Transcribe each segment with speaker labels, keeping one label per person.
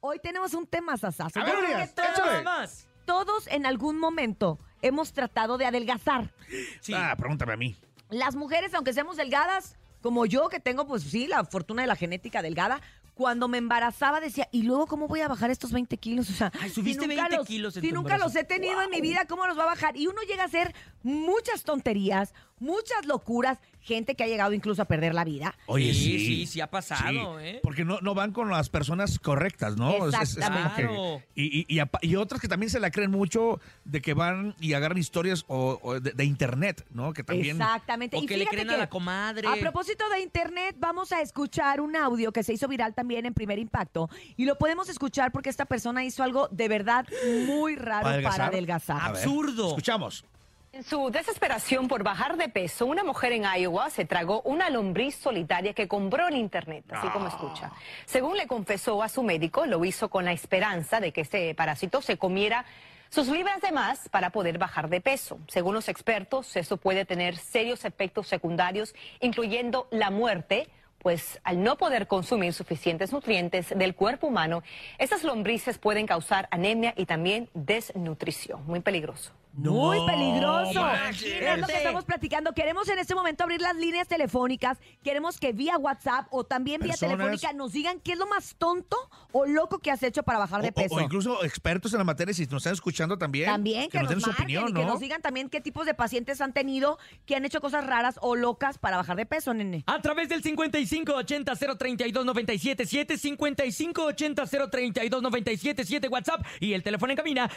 Speaker 1: Hoy tenemos un tema, sasazo.
Speaker 2: A
Speaker 1: Yo
Speaker 2: ver,
Speaker 1: creo
Speaker 2: Urias,
Speaker 1: que todos,
Speaker 2: échale.
Speaker 3: más.
Speaker 1: todos en algún momento hemos tratado de adelgazar.
Speaker 3: Sí.
Speaker 2: Ah, pregúntame a mí.
Speaker 1: Las mujeres, aunque seamos delgadas, como yo que tengo, pues sí, la fortuna de la genética delgada, cuando me embarazaba decía, ¿y luego cómo voy a bajar estos 20 kilos? O sea,
Speaker 3: Ay, subiste 20 kilos en
Speaker 1: si
Speaker 3: tu
Speaker 1: nunca
Speaker 3: embarazo.
Speaker 1: los he tenido en mi vida, ¿cómo los va a bajar? Y uno llega a hacer muchas tonterías, muchas locuras, gente que ha llegado incluso a perder la vida.
Speaker 2: Oye, sí.
Speaker 3: Sí, sí, sí ha pasado, ¿eh?
Speaker 2: Porque no, no van con las personas correctas, ¿no? Es- es- es como que-
Speaker 3: Claro.
Speaker 2: y, y- y apa- y otras que también se la creen mucho de que van y agarran historias o, o de, de internet, ¿no? Que también...
Speaker 1: Exactamente.
Speaker 3: O
Speaker 1: y
Speaker 3: que le
Speaker 1: fíjate
Speaker 3: creen
Speaker 1: que-
Speaker 3: a la comadre.
Speaker 1: A propósito de internet, vamos a escuchar un audio que se hizo viral también en Primer Impacto y lo podemos escuchar porque esta persona hizo algo de verdad muy raro
Speaker 2: ¿Para adelgazar?
Speaker 1: para adelgazar.
Speaker 2: A ver,
Speaker 3: Absurdo.
Speaker 2: escuchamos.
Speaker 4: En su desesperación por bajar de peso, una mujer en Iowa se tragó una lombriz solitaria que compró en internet, así como escucha. Según le confesó a su médico, lo hizo con la esperanza de que este parásito se comiera sus libras de más para poder bajar de peso. Según los expertos, eso puede tener serios efectos secundarios, incluyendo la muerte, pues al no poder consumir suficientes nutrientes del cuerpo humano, esas lombrices pueden causar anemia y también desnutrición. Muy peligroso.
Speaker 1: Muy
Speaker 2: No,
Speaker 1: peligroso.
Speaker 2: manches.
Speaker 1: Es lo que estamos platicando. Queremos en este momento abrir las líneas telefónicas. Queremos que vía WhatsApp o también vía
Speaker 2: Personas.
Speaker 1: telefónica nos digan qué es lo más tonto o loco que has hecho para bajar de
Speaker 2: O- o-
Speaker 1: peso.
Speaker 2: O, incluso expertos en la materia, si nos están escuchando también.
Speaker 1: También que, nos,
Speaker 2: den su
Speaker 1: marquen
Speaker 2: opinión,
Speaker 1: y
Speaker 2: ¿no?
Speaker 1: que nos digan también qué tipos de pacientes han tenido que han hecho cosas raras o locas para bajar de peso, nene.
Speaker 3: A través del 5580-032-977, 5580-032-977, WhatsApp y el teléfono en cabina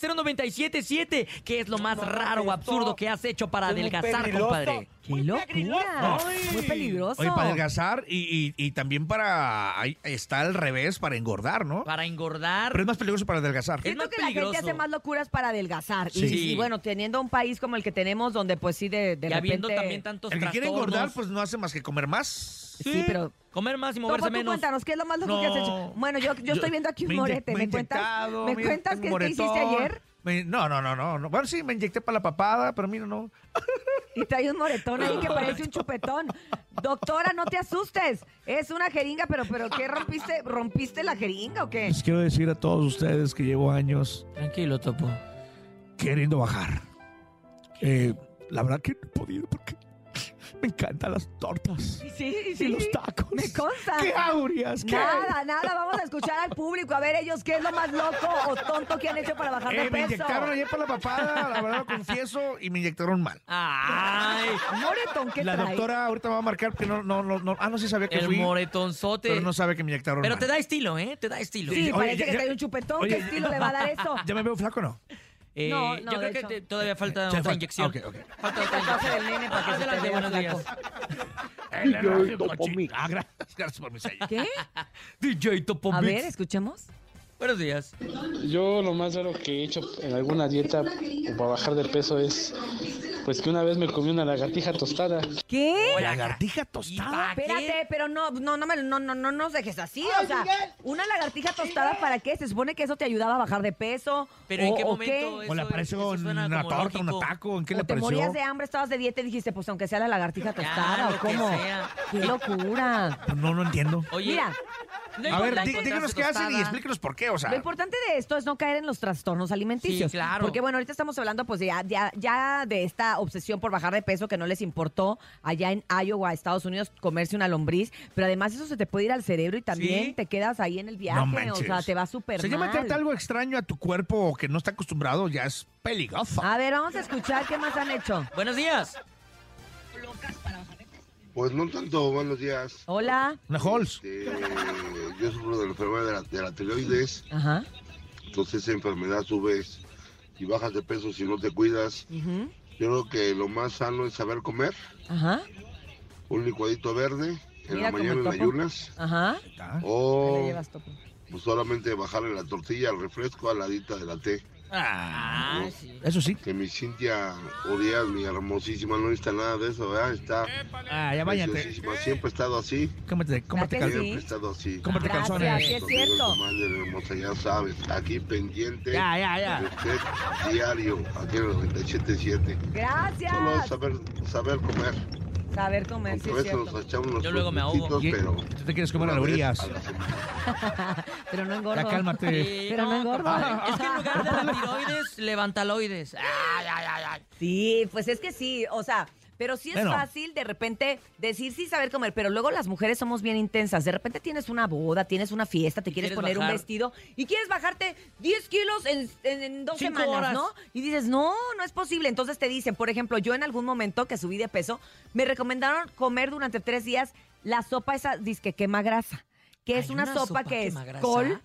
Speaker 3: 5552-630977. ¿Qué es lo más raro o absurdo que has hecho para adelgazar, compadre?
Speaker 1: ¡Qué locura! Muy peligroso.
Speaker 2: Oye, para adelgazar y, y- y también para... ahí Está al revés, para engordar, ¿no?
Speaker 3: Para engordar.
Speaker 2: Pero es más peligroso para adelgazar.
Speaker 3: Es
Speaker 1: Siento
Speaker 3: más
Speaker 1: que la gente
Speaker 3: peligroso.
Speaker 1: hace más locuras para adelgazar. Y-
Speaker 3: Sí.
Speaker 1: Y, bueno, teniendo un país como el que tenemos, donde pues sí, de, de
Speaker 3: y habiendo
Speaker 1: repente-
Speaker 3: también tantos
Speaker 2: El que quiere
Speaker 3: trastornos.
Speaker 2: engordar, pues no hace más que comer más.
Speaker 1: Sí, pero-
Speaker 3: Comer más y
Speaker 1: Topo,
Speaker 3: moverse
Speaker 1: tú
Speaker 3: menos.
Speaker 1: cuéntanos, ¿qué es lo más loco que has
Speaker 2: No.
Speaker 1: hecho? Bueno, yo, yo, estoy viendo aquí un
Speaker 2: me
Speaker 1: morete.
Speaker 2: inye-
Speaker 1: ¿Me, cuentas,
Speaker 2: inyectado,
Speaker 1: ¿me
Speaker 2: me-
Speaker 1: cuentas
Speaker 2: un
Speaker 1: qué te
Speaker 2: moretón.
Speaker 1: hiciste ayer?
Speaker 2: Me- no, no, no, no, no. Bueno, sí, me inyecté para la papada, pero mira, no.
Speaker 1: Y trae un moretón ahí que parece un chupetón. Doctora, no te asustes. Es una jeringa, pero, pero ¿qué rompiste? ¿Rompiste la jeringa o qué?
Speaker 2: Les quiero decir a todos ustedes que llevo años
Speaker 3: Tranquilo, Topo.
Speaker 2: queriendo bajar. Eh, la verdad que no he podido porque me encantan las tortas
Speaker 1: Sí, sí,
Speaker 2: y
Speaker 1: sí.
Speaker 2: los tacos.
Speaker 1: Me consta.
Speaker 2: ¿Qué aurias? ¿Qué?
Speaker 1: Nada, nada, vamos a escuchar al público, a ver ellos qué es lo más loco o tonto que han hecho para bajar de
Speaker 2: Eh, me
Speaker 1: peso.
Speaker 2: inyectaron ayer para la papada, la verdad lo confieso, y me inyectaron mal.
Speaker 3: ¡Ay!
Speaker 1: Moretón, ¿qué
Speaker 2: La
Speaker 1: trae?
Speaker 2: doctora ahorita va a marcar que no, no, no, no. Ah, no, sí sabía que
Speaker 3: El
Speaker 2: fui,
Speaker 3: moretonzote.
Speaker 2: pero no sabe que me inyectaron
Speaker 3: Pero
Speaker 2: mal.
Speaker 3: te da estilo, ¿eh? Te da estilo.
Speaker 1: Sí,
Speaker 2: Oye,
Speaker 1: parece
Speaker 2: ya-
Speaker 1: que
Speaker 2: ya-
Speaker 1: trae un chupetón.
Speaker 2: oye,
Speaker 1: ¿Qué estilo le va a dar eso?
Speaker 2: ¿Ya me veo flaco o no?
Speaker 3: Eh,
Speaker 1: No, no,
Speaker 3: yo
Speaker 1: de
Speaker 3: creo que
Speaker 1: hecho.
Speaker 3: te- todavía falta
Speaker 2: Eh,
Speaker 3: otra
Speaker 2: falta-
Speaker 3: inyección.
Speaker 2: ok, ok.
Speaker 3: Falta otra
Speaker 1: Pase
Speaker 3: inyección.
Speaker 1: del nene para que se te
Speaker 3: Adelante,
Speaker 1: vea
Speaker 3: buenos
Speaker 1: flaco.
Speaker 3: días.
Speaker 2: DJ Topomic. Ah, gra- gracias por mi sello.
Speaker 1: ¿Qué?
Speaker 3: DJ Topo
Speaker 1: A
Speaker 3: Mix.
Speaker 1: ver, escuchemos.
Speaker 3: Buenos días.
Speaker 5: Yo lo más raro que he hecho en alguna dieta o para bajar de peso es pues que una vez me comí una lagartija tostada.
Speaker 1: ¿Qué?
Speaker 2: ¿Lagartija
Speaker 3: ¿Y
Speaker 2: tostada?
Speaker 3: pa' qué?
Speaker 1: Espérate, pero no, no, no, me- no, no, no nos dejes así. O sea, una lagartija tostada, ¿para qué? Se supone que eso te ayudaba a bajar de peso.
Speaker 3: Pero ¿en
Speaker 1: o-
Speaker 3: qué
Speaker 1: o
Speaker 3: momento
Speaker 1: qué?
Speaker 3: eso-
Speaker 2: ¿O le
Speaker 3: eso
Speaker 2: pareció
Speaker 3: suena
Speaker 2: una
Speaker 3: como
Speaker 2: torta,
Speaker 3: lógico?
Speaker 2: un taco? ¿En qué
Speaker 1: o
Speaker 2: le
Speaker 1: te
Speaker 2: pareció?
Speaker 1: morías de hambre, estabas de dieta y dijiste, pues aunque sea la lagartija tostada,
Speaker 3: lo
Speaker 1: ¿o
Speaker 3: que
Speaker 1: cómo?
Speaker 3: sea.
Speaker 1: ¡Qué locura!
Speaker 2: Pues No, no entiendo.
Speaker 3: Oye,
Speaker 1: Mira,
Speaker 3: no
Speaker 2: A
Speaker 3: importa
Speaker 2: ver, di-
Speaker 3: encontrarse
Speaker 2: díganos qué hacen y
Speaker 3: tostada.
Speaker 2: explíquenos por qué, o sea.
Speaker 1: Lo importante de esto es no caer en los trastornos alimenticios.
Speaker 3: Sí, claro.
Speaker 1: Porque bueno, ahorita estamos hablando pues ya, ya, ya de esta obsesión por bajar de peso que no les importó allá en Iowa, Estados Unidos, comerse una lombriz. Pero además eso se te puede ir al cerebro y también
Speaker 3: Sí.
Speaker 1: te quedas ahí en el viaje.
Speaker 2: no
Speaker 1: o
Speaker 2: manches.
Speaker 1: sea, te va súper
Speaker 2: O sea, ya
Speaker 1: mal.
Speaker 2: meterte algo extraño a tu cuerpo o que no está acostumbrado ya es peligroso.
Speaker 1: A ver, vamos a escuchar qué más han hecho.
Speaker 3: Buenos días.
Speaker 6: Pues no tanto, buenos días.
Speaker 1: Hola.
Speaker 2: Una Halls.
Speaker 6: Este, yo sufro de la enfermedad de la, de la tiroides,
Speaker 1: Ajá.
Speaker 6: entonces esa enfermedad subes y bajas de peso si no te cuidas.
Speaker 1: Ujú.
Speaker 6: Yo creo que lo más sano es saber comer,
Speaker 1: Ajá.
Speaker 6: un licuadito verde en
Speaker 1: Mira
Speaker 6: la
Speaker 1: cómo
Speaker 6: mañana en
Speaker 1: topo.
Speaker 6: ayunas,
Speaker 1: Ajá.
Speaker 2: Ah,
Speaker 1: Ahí la
Speaker 6: o
Speaker 1: llevas, Topo.
Speaker 6: pues, solamente bajarle la tortilla al refresco a la dita de la té.
Speaker 3: Ah, sí.
Speaker 2: Eso sí.
Speaker 6: Que mi Cintia Urias, mi hermosísima, no necesita nada de eso, ¿verdad? Está
Speaker 2: Ah, ya váyate.
Speaker 6: preciosísima, siempre he estado así.
Speaker 2: Cómete, cómete
Speaker 1: ¿Verdad que
Speaker 2: cal-
Speaker 1: sí?
Speaker 6: Siempre he estado así.
Speaker 2: Cómprate
Speaker 1: Gracias,
Speaker 2: calzones.
Speaker 1: sí es
Speaker 6: Conmigo,
Speaker 1: cierto.
Speaker 6: comadre hermosa, ya sabes, aquí pendiente.
Speaker 2: Ya, ya,
Speaker 6: de
Speaker 2: ya.
Speaker 6: usted diario aquí en el 977. Solo es
Speaker 1: Gracias.
Speaker 6: saber, saber comer.
Speaker 1: Saber comer, sí
Speaker 6: Aunque a
Speaker 1: es
Speaker 6: veces
Speaker 1: cierto.
Speaker 6: nos echamos unos
Speaker 3: Yo luego me ahogo.
Speaker 6: gustitos,
Speaker 2: Y-
Speaker 6: pero
Speaker 2: Tú te quieres comer
Speaker 6: una vez
Speaker 2: alegorías.
Speaker 6: a la semana.
Speaker 1: Pero no engordo.
Speaker 2: Ya cálmate.
Speaker 3: Sí,
Speaker 1: Pero no engordo.
Speaker 3: compadre. Es que en lugar de Ah, la tiroides, levantaloides. Ay, ay, ay, ay.
Speaker 1: Sí, pues es que sí, o sea, pero sí es
Speaker 2: Bueno.
Speaker 1: fácil de repente decir sí saber comer, pero luego las mujeres somos bien intensas. De repente tienes una boda, tienes una fiesta, te
Speaker 3: Y
Speaker 1: quieres,
Speaker 3: quieres
Speaker 1: poner un
Speaker 3: bajar.
Speaker 1: vestido y quieres bajarte 10 kilos en, en- en dos
Speaker 3: Cinco
Speaker 1: semanas,
Speaker 3: horas.
Speaker 1: ¿no? Y dices, no, no es posible. Entonces te dicen, por ejemplo, yo en algún momento que subí de peso, me recomendaron comer durante tres días la sopa esa, disque quema grasa, que es
Speaker 3: Hay
Speaker 1: una,
Speaker 3: una
Speaker 1: sopa,
Speaker 3: sopa
Speaker 1: que es
Speaker 3: quemagrasa.
Speaker 1: col,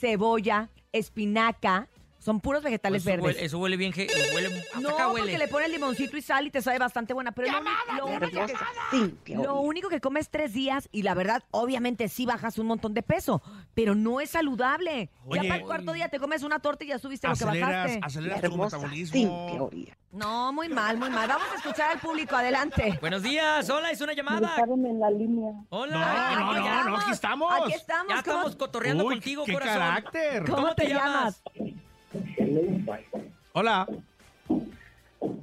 Speaker 1: cebolla, espinaca, son puros vegetales
Speaker 3: Eso
Speaker 1: verdes.
Speaker 3: huele, eso huele bien. ge- Huele, hasta
Speaker 1: No,
Speaker 3: acá
Speaker 1: porque
Speaker 3: huele.
Speaker 1: le pone el limoncito y sal y te sabe bastante buena. Pero lo, uni- lo único que, lo único que comes tres días y la verdad, obviamente sí bajas un montón de peso, pero no es saludable.
Speaker 2: Oye.
Speaker 1: ya para el cuarto día te comes una torta y ya subiste lo que
Speaker 2: Aceleras,
Speaker 1: bajaste.
Speaker 2: aceleras tu metabolismo.
Speaker 1: No, muy mal, muy mal. Vamos a escuchar al público, adelante.
Speaker 3: Buenos días, hola, es una llamada.
Speaker 7: en la línea.
Speaker 3: Hola.
Speaker 2: No, no,
Speaker 1: Aquí
Speaker 2: no, no, aquí estamos.
Speaker 1: Aquí estamos.
Speaker 3: Ya
Speaker 1: ¿Cómo-
Speaker 3: estamos cotorreando
Speaker 2: Uy,
Speaker 3: contigo,
Speaker 2: qué
Speaker 3: corazón.
Speaker 2: carácter.
Speaker 1: ¿Cómo, te, llamas?
Speaker 2: Hola.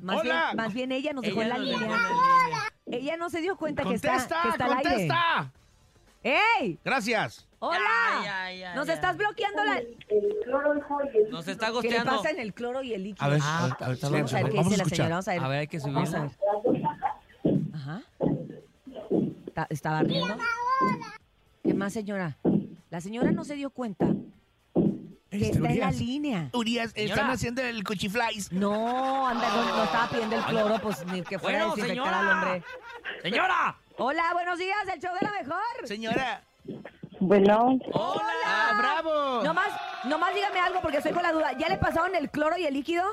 Speaker 1: Más,
Speaker 2: Hola.
Speaker 1: Bien, más bien ella nos dejó en
Speaker 3: Ella
Speaker 1: la
Speaker 3: nos dejó
Speaker 1: línea.
Speaker 3: en la línea.
Speaker 1: Ella no se dio cuenta que está,
Speaker 2: Contesta,
Speaker 1: que está al aire.
Speaker 2: contesta.
Speaker 1: ¡Ey!
Speaker 2: Gracias.
Speaker 1: ¡Hola!
Speaker 3: Ay, ay, ay,
Speaker 1: nos
Speaker 3: ay.
Speaker 1: estás bloqueando la,
Speaker 3: Nos está
Speaker 1: ¿Qué le
Speaker 3: gosteando.
Speaker 1: pasa en el cloro y el líquido?
Speaker 2: A ver,
Speaker 3: Ah,
Speaker 2: a- a- a-
Speaker 1: vamos a ver qué
Speaker 2: vamos a
Speaker 1: dice la señora.
Speaker 2: escuchar.
Speaker 1: Vamos a ver.
Speaker 3: A ver, hay que subir.
Speaker 1: Vamos a ver. Ajá. Ta- ¿Estaba riendo? ¿Qué más, señora? La señora no se dio cuenta que
Speaker 2: Este,
Speaker 1: está en la
Speaker 2: Urias.
Speaker 1: línea.
Speaker 2: Urias, están
Speaker 3: Señora.
Speaker 2: haciendo el cuchiflais.
Speaker 1: No, anda, no, no estaba pidiendo el cloro, pues ni que fuera
Speaker 3: Bueno,
Speaker 1: a desinfectar al
Speaker 3: señora.
Speaker 1: hombre.
Speaker 3: ¡Señora!
Speaker 1: Hola, buenos días, el show de la mejor.
Speaker 2: Señora.
Speaker 7: Bueno,
Speaker 3: ¡Hola!
Speaker 2: Ah, bravo.
Speaker 1: Nomás, nomás dígame algo porque estoy con la duda. ¿Ya le pasaron el cloro y el líquido?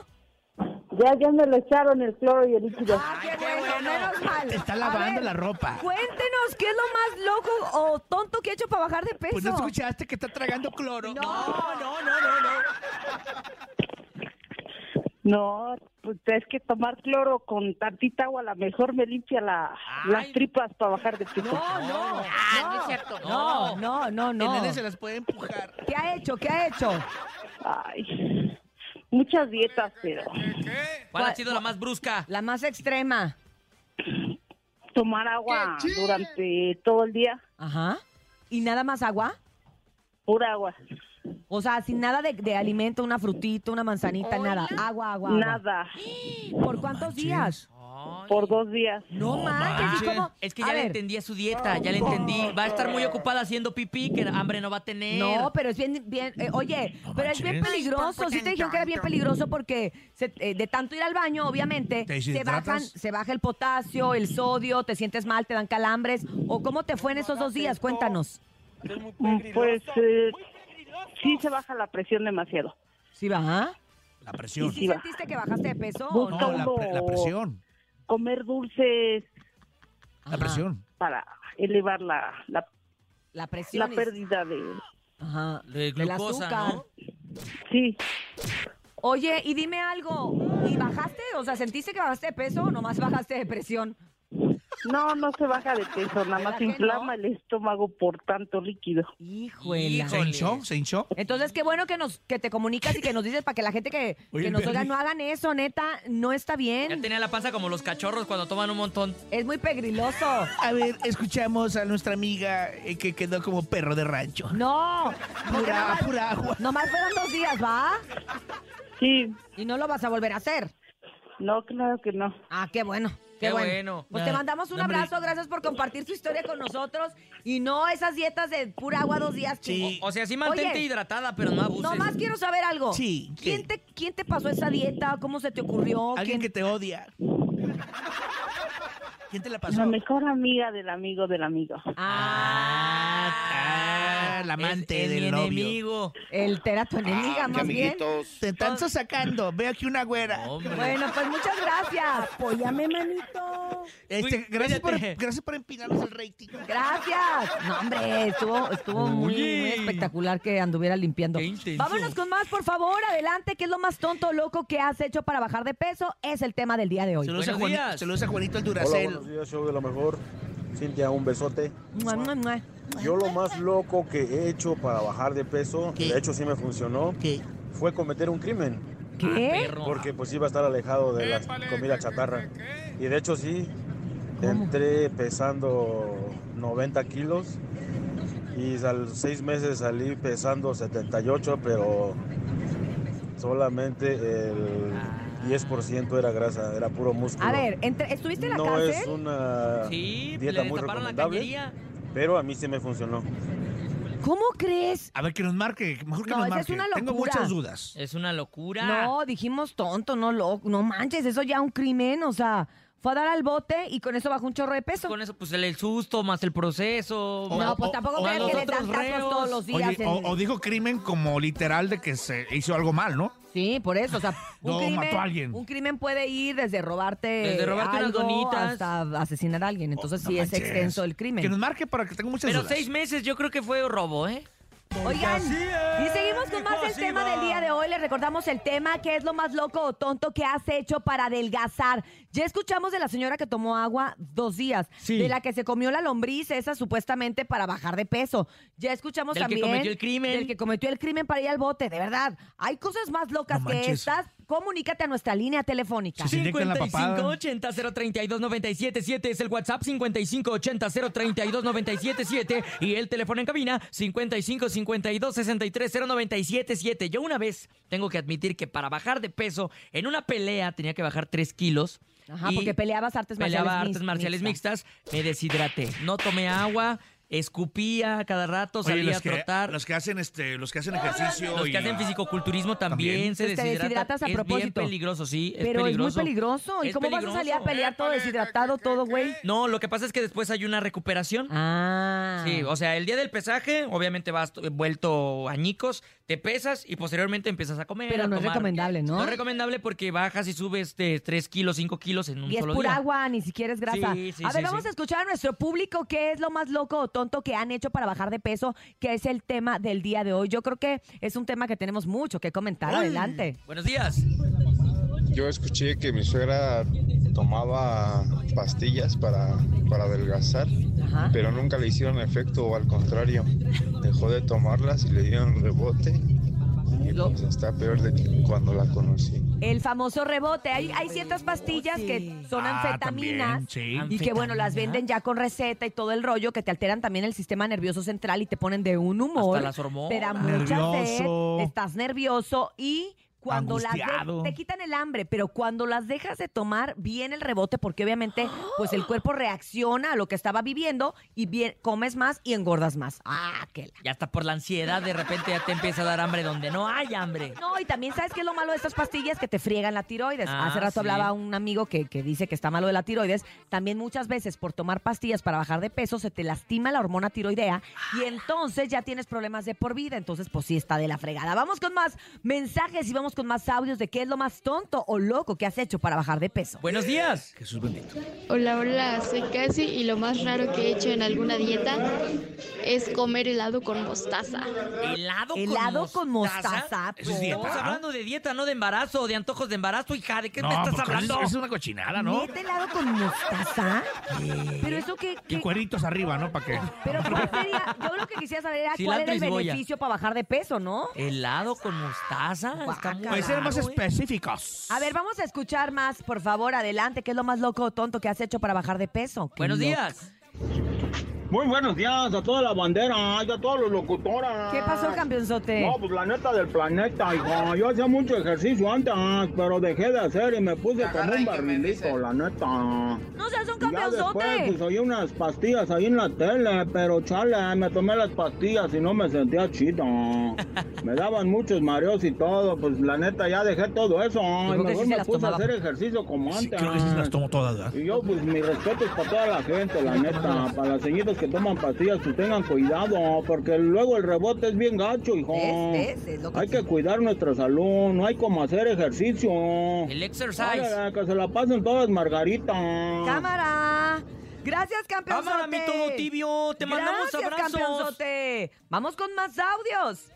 Speaker 7: ya, ya me lo echaron el cloro y el líquido.
Speaker 1: Ah, qué,
Speaker 3: qué
Speaker 1: bueno,
Speaker 3: bueno.
Speaker 1: menos mal.
Speaker 2: Te está
Speaker 1: A
Speaker 2: lavando
Speaker 1: ver,
Speaker 2: la ropa.
Speaker 1: Cuéntenos qué es lo más loco o tonto que ha hecho para bajar de peso.
Speaker 2: Pues no escuchaste que está tragando cloro.
Speaker 1: No,
Speaker 3: No, no, no, no.
Speaker 7: No, pues es que tomar cloro con tantita agua a lo mejor me limpia la,
Speaker 3: Ay.
Speaker 7: las tripas para bajar de peso.
Speaker 1: No, no, no, no, no,
Speaker 3: No.
Speaker 1: no,
Speaker 2: El
Speaker 1: no.
Speaker 2: nene se las puede empujar.
Speaker 1: ¿Qué ha hecho? ¿Qué ha hecho?
Speaker 7: Ay, muchas dietas, pero
Speaker 3: ¿Cuál ha sido la más brusca?
Speaker 1: La más extrema.
Speaker 7: tomar agua durante todo el día,
Speaker 1: Ajá. ¿Y nada más agua?
Speaker 7: pura agua,
Speaker 1: O sea, sin nada de, de alimento, una frutita, una manzanita, nada. Agua, agua, agua.
Speaker 7: nada,
Speaker 1: ¿Por cuántos días?
Speaker 7: por dos días.
Speaker 1: No, manches. ¿y cómo?
Speaker 3: Ah, Es que
Speaker 1: A
Speaker 3: ya le
Speaker 1: ver, Oh.
Speaker 3: entendía su dieta, ya le entendí. Va a estar muy ocupada haciendo pipí, que hambre no va a tener.
Speaker 1: No, pero es bien, bien, eh, oye, pero es bien
Speaker 2: manches.
Speaker 1: peligroso. Sí te dijeron que era bien peligroso porque se- eh, de tanto ir al baño, obviamente,
Speaker 2: Te
Speaker 1: se
Speaker 2: deshidratas.
Speaker 1: bajan, se baja el potasio, el sodio, te sientes mal, te dan calambres. ¿O cómo te fue en esos dos días? Cuéntanos.
Speaker 7: Pues eh, sí se baja la presión demasiado.
Speaker 1: Sí va.
Speaker 2: La
Speaker 1: ¿Y
Speaker 2: presión.
Speaker 1: si sentiste que bajaste de peso o
Speaker 7: Busca
Speaker 2: No,
Speaker 1: no?
Speaker 2: la, pre- la presión.
Speaker 7: Comer dulces
Speaker 2: La
Speaker 1: Ajá.
Speaker 2: presión.
Speaker 7: para elevar la, la,
Speaker 1: La
Speaker 7: la
Speaker 1: presión. es-
Speaker 7: pérdida de...
Speaker 1: Ajá.
Speaker 3: De
Speaker 1: del
Speaker 3: glucosa,
Speaker 1: azúcar.
Speaker 3: ¿no?
Speaker 7: Sí,
Speaker 1: Oye, y dime algo. ¿Y bajaste? O sea, ¿sentiste que bajaste de peso o nomás bajaste de presión?
Speaker 7: No, no se baja de peso, nada
Speaker 1: ¿Verdad
Speaker 7: más
Speaker 1: que
Speaker 7: inflama el estómago por tanto líquido.
Speaker 1: Híjole.
Speaker 2: ¿Se hinchó? ¿Se hinchó?
Speaker 1: Entonces, qué bueno que nos que te comunicas y que nos dices para que la gente que,
Speaker 2: Oye,
Speaker 1: que
Speaker 2: el
Speaker 1: nos oiga
Speaker 2: Bernie.
Speaker 1: no hagan eso, neta, no está
Speaker 3: Ya
Speaker 1: bien.
Speaker 3: tenía la panza como los cachorros cuando toman un montón.
Speaker 1: Es muy pegriloso.
Speaker 2: A ver, escuchamos a nuestra amiga eh, que quedó como perro de rancho.
Speaker 1: No, porque
Speaker 2: Pura,
Speaker 1: nomás,
Speaker 2: pura agua.
Speaker 1: nomás fueron dos días, ¿va?
Speaker 7: Sí,
Speaker 1: Y no lo vas a volver a hacer.
Speaker 7: no, claro que no.
Speaker 1: Ah, qué bueno. Qué,
Speaker 3: Qué
Speaker 1: bueno.
Speaker 3: bueno.
Speaker 1: Pues
Speaker 3: Ah,
Speaker 1: te mandamos un
Speaker 2: no me
Speaker 1: abrazo, gracias por compartir tu historia con nosotros y no esas dietas de pura agua dos días.
Speaker 2: Sí.
Speaker 1: Sí.
Speaker 3: O sea, sí mantente
Speaker 1: Oye.
Speaker 3: hidratada, pero no abuses.
Speaker 1: Nomás quiero saber algo.
Speaker 2: Sí, ¿qué?
Speaker 1: ¿Quién te, ¿Quién te pasó esa dieta? ¿Cómo se te ocurrió?
Speaker 2: Alguien
Speaker 1: ¿Quién-
Speaker 2: que te odia. ¿Quién te la pasó?
Speaker 7: La mejor amiga del amigo del amigo.
Speaker 2: Ah, ah, la amante
Speaker 3: Es- es
Speaker 2: del
Speaker 3: mi
Speaker 2: novio.
Speaker 3: enemigo.
Speaker 1: El era tu
Speaker 6: Ah,
Speaker 1: enemiga, más bien.
Speaker 2: Te están sacando. Veo aquí una güera.
Speaker 3: Hombre.
Speaker 1: Bueno, pues muchas gracias. Apóyame, manito.
Speaker 2: Este, gracias, por,
Speaker 3: espérate.
Speaker 2: gracias por empinarnos el rating.
Speaker 1: Gracias. No, hombre, estuvo, estuvo muy,
Speaker 3: Oye.
Speaker 1: muy espectacular que anduviera limpiando.
Speaker 3: Qué intenso.
Speaker 1: Vámonos con más, por favor. Adelante, que es lo más tonto o loco que has hecho para bajar de peso. Es el tema del día de hoy.
Speaker 2: Saludos a,
Speaker 3: Buenos
Speaker 2: Juanito-
Speaker 3: días.
Speaker 2: saludos a Juanito el
Speaker 8: Hola,
Speaker 2: Duracel.
Speaker 8: buenos días, show de la mejor. Cintia, un besote.
Speaker 1: Mua, mua, mua.
Speaker 3: Ah,
Speaker 8: Yo lo más loco que he hecho para bajar de peso,
Speaker 2: ¿Qué?
Speaker 8: de hecho sí me funcionó,
Speaker 2: ¿Qué?
Speaker 8: fue cometer un crimen,
Speaker 1: ¿Qué?
Speaker 3: Perro.
Speaker 8: porque pues iba a estar alejado de la comida chatarra. Y de hecho sí, entré pesando 90 kilos Y al seis meses salí pesando 78, pero solamente el 10% era grasa, era puro músculo.
Speaker 1: A ver, entre- ¿estuviste en la
Speaker 8: no
Speaker 1: cárcel?
Speaker 8: es una
Speaker 3: Sí,
Speaker 8: dieta
Speaker 3: le
Speaker 8: muy
Speaker 3: destaparon la
Speaker 8: recomendable,
Speaker 3: cañería.
Speaker 8: pero a mí sí me funcionó.
Speaker 1: ¿Cómo crees?
Speaker 2: A ver, que nos marque. Mejor que
Speaker 1: No,
Speaker 2: nos
Speaker 1: esa
Speaker 2: marque.
Speaker 1: es una
Speaker 2: Tengo
Speaker 1: locura. Eh,
Speaker 2: muchas dudas.
Speaker 3: Es una locura.
Speaker 1: No, dijimos tonto, no loco, no manches, eso ya un crimen, o sea, fue a dar al bote y con eso bajó un chorro de peso.
Speaker 3: Con eso, pues el, el susto más el proceso.
Speaker 1: no,
Speaker 2: o-
Speaker 1: pues
Speaker 2: o-
Speaker 1: tampoco
Speaker 2: o
Speaker 1: crean
Speaker 2: a los
Speaker 1: que le dan
Speaker 3: otros
Speaker 1: tacos
Speaker 3: reos.
Speaker 1: todos los días.
Speaker 2: Oye,
Speaker 1: en-
Speaker 2: o, o dijo crimen como literal de que se hizo algo mal, ¿no?
Speaker 1: Sí, por eso, o sea, un,
Speaker 2: No,
Speaker 1: crimen,
Speaker 2: mató a alguien.
Speaker 1: un crimen puede ir desde robarte,
Speaker 3: Desde robarte unas
Speaker 1: algo
Speaker 3: donitas.
Speaker 1: hasta asesinar a alguien, entonces
Speaker 2: Oh, No
Speaker 1: sí es
Speaker 2: manches.
Speaker 1: extenso el
Speaker 2: Que nos
Speaker 1: crimen.
Speaker 2: marque para que tengo muchas
Speaker 3: Pero
Speaker 2: dudas.
Speaker 3: seis meses yo creo que fue robo, ¿eh?
Speaker 1: Oigan,
Speaker 2: Así
Speaker 1: y
Speaker 2: es,
Speaker 1: seguimos con más del
Speaker 2: así
Speaker 1: tema
Speaker 2: va.
Speaker 1: del día de hoy. Les recordamos el tema, ¿qué es lo más loco o tonto que has hecho para adelgazar? Ya escuchamos de la señora que tomó agua dos días,
Speaker 3: Sí.
Speaker 1: de la que se comió la lombriz, esa supuestamente para bajar de peso. Ya escuchamos
Speaker 3: Del que
Speaker 1: también...
Speaker 3: cometió el crimen.
Speaker 1: Del que cometió el crimen para ir al bote, de verdad. Hay cosas más locas
Speaker 2: No
Speaker 1: que
Speaker 2: manches.
Speaker 1: estas. Comunícate a nuestra línea telefónica.
Speaker 2: Sí, Se inyectan la papada.
Speaker 3: 5580 032 977 es el WhatsApp 5580 032 977 y el teléfono en cabina 55 52 63 0977. Yo una vez tengo que admitir que para bajar de peso en una pelea tenía que bajar 3 kilos.
Speaker 1: Ajá,
Speaker 3: y
Speaker 1: porque peleabas artes marciales
Speaker 3: peleaba
Speaker 1: mix-
Speaker 3: artes marciales
Speaker 1: mixtas.
Speaker 3: mixtas, me deshidraté, no tomé agua, escupía cada rato,
Speaker 2: Oye,
Speaker 3: salía
Speaker 2: los
Speaker 3: a
Speaker 2: que,
Speaker 3: trotar.
Speaker 2: los que hacen este, los que hacen ejercicio
Speaker 3: Los
Speaker 2: y-
Speaker 3: que hacen fisicoculturismo también,
Speaker 2: También.
Speaker 3: se
Speaker 1: Pues te
Speaker 3: deshidratan.
Speaker 1: deshidratas a
Speaker 3: es bien
Speaker 1: propósito.
Speaker 3: peligroso, sí. Es
Speaker 1: Pero es muy
Speaker 3: peligroso.
Speaker 1: peligroso. ¿Y
Speaker 3: Es
Speaker 1: cómo vas a salir a
Speaker 3: peligroso.
Speaker 1: pelear todo deshidratado, todo güey?
Speaker 3: No, lo que pasa es que después hay una recuperación.
Speaker 1: Ah.
Speaker 3: Sí, o sea, el día del pesaje, obviamente vas t- vuelto añicos, te pesas y posteriormente empiezas a comer.
Speaker 1: Pero
Speaker 3: a
Speaker 1: no es
Speaker 3: tomar.
Speaker 1: recomendable, ¿no?
Speaker 3: No es recomendable porque bajas y subes de 3 kilos, 5 kilos en un
Speaker 1: Y es
Speaker 3: solo
Speaker 1: pura
Speaker 3: día.
Speaker 1: agua, ni siquiera es grasa.
Speaker 3: Sí, sí,
Speaker 1: a ver,
Speaker 3: sí,
Speaker 1: vamos
Speaker 3: sí.
Speaker 1: a escuchar a nuestro público qué es lo más loco o tonto que han hecho para bajar de peso, que es el tema del día de hoy. Yo creo que es un tema que tenemos mucho que comentar. Adelante.
Speaker 3: Buenos días.
Speaker 9: Yo escuché que mi suegra tomaba pastillas para, para adelgazar,
Speaker 1: Ajá.
Speaker 9: pero nunca le hicieron efecto, o al contrario, dejó de tomarlas y le dieron rebote. Y pues está peor de que cuando la conocí.
Speaker 1: El famoso rebote. Hay, hay ciertas pastillas que son
Speaker 2: Ah,
Speaker 1: anfetaminas.
Speaker 2: también, sí.
Speaker 1: Y que bueno, las
Speaker 3: Anfetaminas.
Speaker 1: venden ya con receta y todo el rollo, que te alteran también el sistema nervioso central y te ponen de un humor.
Speaker 3: Hasta las hormonas.
Speaker 1: Te da mucha sed,
Speaker 2: Nervioso.
Speaker 1: estás nervioso y cuando las de-
Speaker 2: Angustiado.
Speaker 1: te quitan el hambre, pero cuando las dejas de tomar, viene el rebote porque obviamente pues el cuerpo reacciona a lo que estaba viviendo y bien, comes más y engordas más. Ah, qué la-
Speaker 3: Ya está por la ansiedad, de repente ya te empieza a dar hambre donde no hay hambre.
Speaker 1: no, y también sabes qué es lo malo de estas pastillas que te friegan la tiroides.
Speaker 3: Ah,
Speaker 1: Hace rato
Speaker 3: sí.
Speaker 1: hablaba un amigo que, que dice que está malo de la tiroides. También muchas veces por tomar pastillas para bajar de peso se te lastima la hormona tiroidea y
Speaker 3: Ah.
Speaker 1: entonces ya tienes problemas de por vida. Entonces, pues sí está de la fregada. Vamos con más mensajes y vamos con más audios de qué es lo más tonto o loco que has hecho para bajar de peso.
Speaker 3: Buenos días.
Speaker 2: Jesús bendito.
Speaker 10: Hola, hola, soy Casi y lo más raro que he hecho en alguna dieta es comer helado con mostaza.
Speaker 3: Helado,
Speaker 1: Helado
Speaker 3: con
Speaker 1: con
Speaker 3: mostaza.
Speaker 1: mostaza, pues.
Speaker 2: Eso es
Speaker 3: Estamos
Speaker 2: dieta.
Speaker 3: hablando de dieta, no de embarazo, de antojos de embarazo, hija. ¿De qué
Speaker 2: No,
Speaker 3: me estás
Speaker 2: porque
Speaker 3: hablando?
Speaker 2: Es, es una
Speaker 3: Ah,
Speaker 2: cochinada, ¿no?
Speaker 1: ¿Neta helado con mostaza? Pero eso que...
Speaker 2: Y cueritos arriba, ¿no? Para que.
Speaker 1: Pero cuál sería, yo lo que quisiera saber era cuál
Speaker 3: Cilantro
Speaker 1: era el
Speaker 3: y cebolla.
Speaker 1: beneficio para bajar de peso, ¿no?
Speaker 3: Helado con mostaza. Está muy
Speaker 1: Puede
Speaker 2: Pueden ser más
Speaker 3: raro, ¿eh?
Speaker 2: específicos.
Speaker 1: A ver, vamos a escuchar más, por favor, adelante. ¿Qué es lo más loco o tonto que has hecho para bajar de peso? Qué
Speaker 3: Buenos
Speaker 1: loco.
Speaker 3: días.
Speaker 11: Muy buenos días a toda la bandera, y a todos los locutores.
Speaker 1: ¿Qué pasó, campeonzote?
Speaker 11: No, pues la neta del planeta, hijo. Yo hacía mucho ejercicio antes, pero dejé de hacer y me puse como un barrilito, la neta.
Speaker 1: No seas un
Speaker 11: Y ya después, pues
Speaker 1: campeonzote.
Speaker 11: oí unas pastillas ahí en la tele, pero chale, me tomé las pastillas y no me sentía chido. me daban muchos mareos y todo, pues la neta ya dejé todo eso.
Speaker 1: creo
Speaker 11: Y
Speaker 1: que
Speaker 11: mejor
Speaker 1: sí se
Speaker 11: me
Speaker 1: las
Speaker 11: puse
Speaker 1: tomaba.
Speaker 11: a hacer ejercicio como
Speaker 2: Sí,
Speaker 11: antes.
Speaker 2: creo que sí se las tomo todas, ¿verdad?
Speaker 11: Y yo, pues, mis respetos para toda la gente, la neta. Para las señoritas que toman pastillas, que tengan cuidado, porque luego el rebote es bien gacho, hijo.
Speaker 1: Es, es, es lo que
Speaker 11: pues, hay que cuidar nuestra salud, no hay como hacer ejercicio.
Speaker 3: El exercise.
Speaker 11: Órale, que se la pasen todas margaritas.
Speaker 1: Cámara. Gracias, campeonzote.
Speaker 3: Cámara, mi todo tibio. Te mandamos
Speaker 1: Gracias,
Speaker 3: abrazos.
Speaker 1: campeonzote. Vamos con más audios.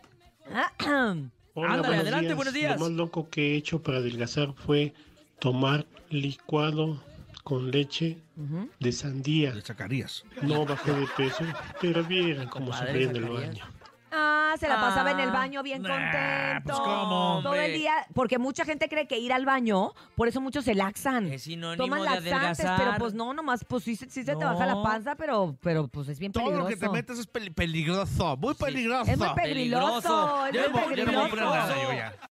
Speaker 3: Hola, Ándale, buenos adelante, días. buenos días. Lo más
Speaker 11: loco que he hecho para adelgazar fue tomar licuado con leche
Speaker 1: Ujú.
Speaker 11: de sandía.
Speaker 2: Le sacarías.
Speaker 11: No bajé de peso, pero vieran
Speaker 3: cómo sufrí en el baño.
Speaker 1: Ah, se la pasaba en el
Speaker 3: Ah.
Speaker 1: baño bien contento.
Speaker 2: pues, ¿cómo,
Speaker 1: Todo el
Speaker 2: hombre?
Speaker 1: día, porque mucha gente cree que ir al baño, por eso muchos se laxan.
Speaker 3: Es sinónimo
Speaker 1: Toman
Speaker 3: de
Speaker 1: laxantes,
Speaker 3: adelgazar.
Speaker 1: pero pues no, nomás, pues sí, se- sí se te baja la
Speaker 3: No.
Speaker 1: panza, pero, pero pues es bien
Speaker 2: Todo
Speaker 1: peligroso.
Speaker 2: lo que te metes es peli- peligroso, muy peligroso.
Speaker 1: Es muy peligroso, es
Speaker 2: Yo
Speaker 1: muy
Speaker 2: no me voy- yo no me voy a poner
Speaker 1: peligroso.
Speaker 2: nada, yo ya.